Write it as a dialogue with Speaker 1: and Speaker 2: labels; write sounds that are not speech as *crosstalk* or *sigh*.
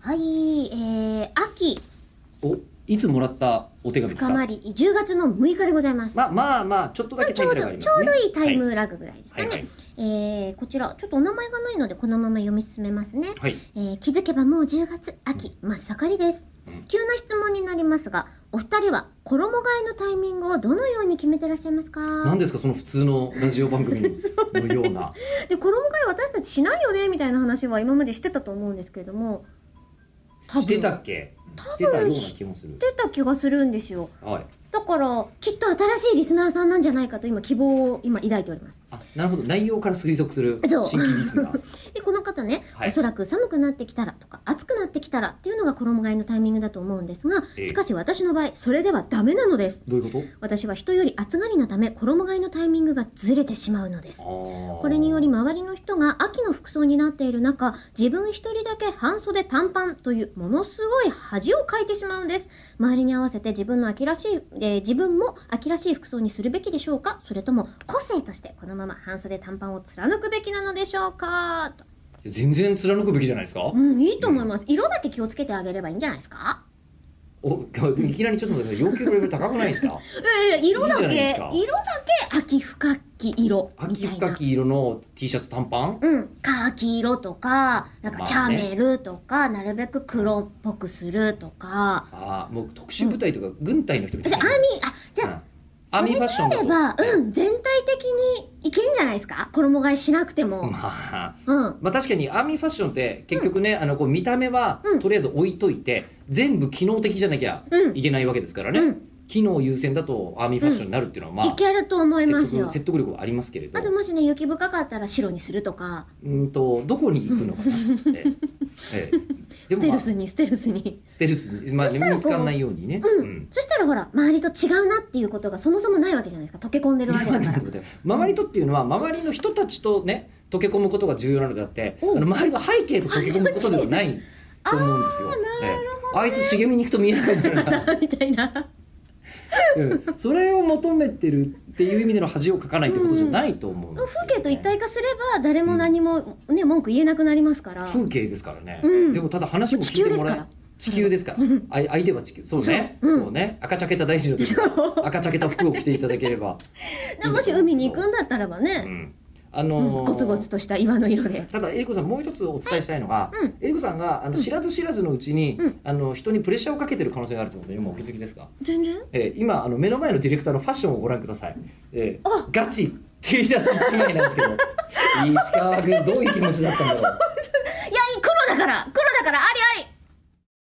Speaker 1: はい、えー、秋
Speaker 2: おいつもらったお手紙です
Speaker 1: 深
Speaker 2: か
Speaker 1: まり、10月の6日でございます。
Speaker 2: まあまあまあちょっとだけ
Speaker 1: ち
Speaker 2: タ
Speaker 1: ょ
Speaker 2: イ
Speaker 1: う
Speaker 2: ム
Speaker 1: ど、
Speaker 2: ラ
Speaker 1: ち
Speaker 2: グ
Speaker 1: ょ
Speaker 2: あ
Speaker 1: う
Speaker 2: りますね
Speaker 1: どいいタイムラグぐらいですか
Speaker 2: はい
Speaker 1: ね。
Speaker 2: はい
Speaker 1: えー、こちら、ちょっとお名前がないので、このまま読み進めますね。
Speaker 2: はい
Speaker 1: えー気づけばもう10月、秋、真っ盛りです
Speaker 2: うん。
Speaker 1: 急な質問になりますが、お二人は衣替えのタイミングをどのように決めてらっしゃいます
Speaker 2: 何
Speaker 1: か
Speaker 2: ですかその普通のラジオ
Speaker 1: *laughs*
Speaker 2: 番組のような
Speaker 1: で、衣替え私たちしないよね、みたいな話は今までしてたと思うんですけれども、多分
Speaker 2: してたっけしてたような気もする
Speaker 1: してた気がするんですよ。
Speaker 2: はい
Speaker 1: だから、きっと新しいリスナーさんなんじゃないかと今希望を今抱いております。
Speaker 2: あなるほど内容から推測する新
Speaker 1: そう
Speaker 2: 規リス
Speaker 1: *laughs*
Speaker 2: ナー
Speaker 1: で、この方ね、
Speaker 2: はい
Speaker 1: おそらく寒くなってきたらとか、暑くなってきたらっていうのが衣替えのタイミングだと思うんですが、
Speaker 2: ええ
Speaker 1: しかし私の場合、それではダメなのです。
Speaker 2: どういうこと
Speaker 1: 私は人より暑がりなため、衣替えのタイミングがずれてしまうのです。こ
Speaker 2: こ
Speaker 1: れにより周りの人が秋の服装になっている中、自分一人だけ半袖短パンというものすごい恥をかいてしまうんです。周りに合わせて自分の秋らしい、えー自分も秋らしい服装にするべきでしょうかそれとも個性としてこのまま半袖短パンを貫くべきなのでしょうかと
Speaker 2: 全然貫くべきじゃないですか
Speaker 1: うん、いいと思います。色だけ気をつけてあげればいいんじゃないですか
Speaker 2: おいきなりちょっと待ってください要求のレベル高くないです
Speaker 1: *laughs*
Speaker 2: か
Speaker 1: いやいや、色だ
Speaker 2: いいじゃな
Speaker 1: け
Speaker 2: いですか、
Speaker 1: 色だけ秋深き色みた
Speaker 2: 秋
Speaker 1: いな。
Speaker 2: 深き色の T シャツ短パン
Speaker 1: うん、カーキ色とか、なんかキ
Speaker 2: まあ
Speaker 1: ャ
Speaker 2: ね
Speaker 1: メルとか、なるべく黒っぽくするとか、
Speaker 2: ああもう特殊部隊とか軍隊の人みたい
Speaker 1: じゃ
Speaker 2: な
Speaker 1: あアーミー、あ、じゃあ、
Speaker 2: うんアーミーファッションだ
Speaker 1: 例え
Speaker 2: と
Speaker 1: ば、うん、全体的にいけんじゃないですか衣替えしなくても。
Speaker 2: まあ
Speaker 1: うん。
Speaker 2: まあ確かにアーミーファッションって結局ね、あのこう見た目は
Speaker 1: うん
Speaker 2: とりあえず置いといて、全部機能的じゃなきゃ
Speaker 1: うん
Speaker 2: いけないわけですからね、
Speaker 1: うん。
Speaker 2: 機能優先だとアーミーファッションになるっていうのはまあ、
Speaker 1: いけると思います
Speaker 2: 説
Speaker 1: よ
Speaker 2: 得。説得力はありますけれど
Speaker 1: あともしね、雪深かったら白にするとか、
Speaker 2: うんとどこに行くのかな、え
Speaker 1: *laughs*
Speaker 2: えええ
Speaker 1: ステルス
Speaker 2: に
Speaker 1: にステルスに。
Speaker 2: ステルスに、まあ、
Speaker 1: そ
Speaker 2: 見
Speaker 1: したらこう
Speaker 2: つかんないようにね、
Speaker 1: うん。そしたらほら、周りと違うなっていうことがそもそもないわけじゃないですか。溶け込んでるわけだから。
Speaker 2: *laughs* 周りとっていうのは周りの人たちとね溶け込むことが重要なのであってあ
Speaker 1: おう
Speaker 2: の周りの背景と溶け込むことではないと思うんですよ。ええあいつ茂みに行くと見えないから
Speaker 1: *laughs*
Speaker 2: な *laughs*
Speaker 1: みたいな。
Speaker 2: うんそれを求めてるっていう意味での恥をかかないってことじゃないと思うんですよね
Speaker 1: 風景と一体化すれば誰も何もね、文句言えなくなりますから
Speaker 2: 風景ですからね、
Speaker 1: うん
Speaker 2: でもただ話も聞いてもらえ
Speaker 1: 地
Speaker 2: 地
Speaker 1: 球
Speaker 2: 球
Speaker 1: で
Speaker 2: ですからあい相手は地球そうね
Speaker 1: そ
Speaker 2: そうう,、
Speaker 1: うん
Speaker 2: ね赤茶けた大臣の時の赤茶けた服を着ていただけれ
Speaker 1: *laughs*
Speaker 2: ば、
Speaker 1: でもし海に行くんだったらば
Speaker 2: う
Speaker 1: ね、
Speaker 2: ん、あ
Speaker 1: うん
Speaker 2: のー
Speaker 1: ゴツゴツとした岩の色で
Speaker 2: ただえりこさんもう一つお伝えしたいのが、
Speaker 1: はいうん
Speaker 2: えりこさんがあの知らず知らずのうちに、
Speaker 1: うん
Speaker 2: あの人にプレッシャーをかけてる可能性があるということで今お気づきですか、
Speaker 1: 全然
Speaker 2: えー今あの目の前のディレクターのファッションをご覧ください、えー
Speaker 1: あ
Speaker 2: ガチ T シャツ1枚なんですけど石川君どういう気持ちだったんだろう
Speaker 1: いや黒だから黒だからありあり